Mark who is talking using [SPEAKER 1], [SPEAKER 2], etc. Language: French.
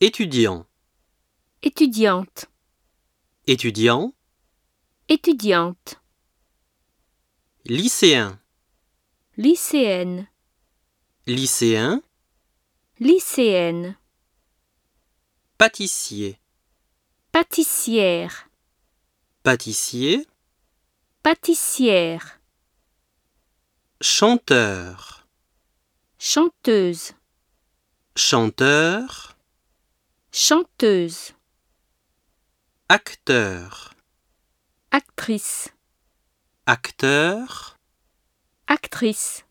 [SPEAKER 1] Étudiant,
[SPEAKER 2] étudiante,
[SPEAKER 1] étudiant,
[SPEAKER 2] étudiante,
[SPEAKER 1] lycéen,
[SPEAKER 2] lycéenne,
[SPEAKER 1] lycéen,
[SPEAKER 2] lycéenne,
[SPEAKER 1] pâtissier,
[SPEAKER 2] pâtissière,
[SPEAKER 1] pâtissier,
[SPEAKER 2] pâtissière,
[SPEAKER 1] chanteur,
[SPEAKER 2] chanteuse,
[SPEAKER 1] chanteur,
[SPEAKER 2] chanteuse,
[SPEAKER 1] acteur,
[SPEAKER 2] actrice,
[SPEAKER 1] acteur,
[SPEAKER 2] actrice.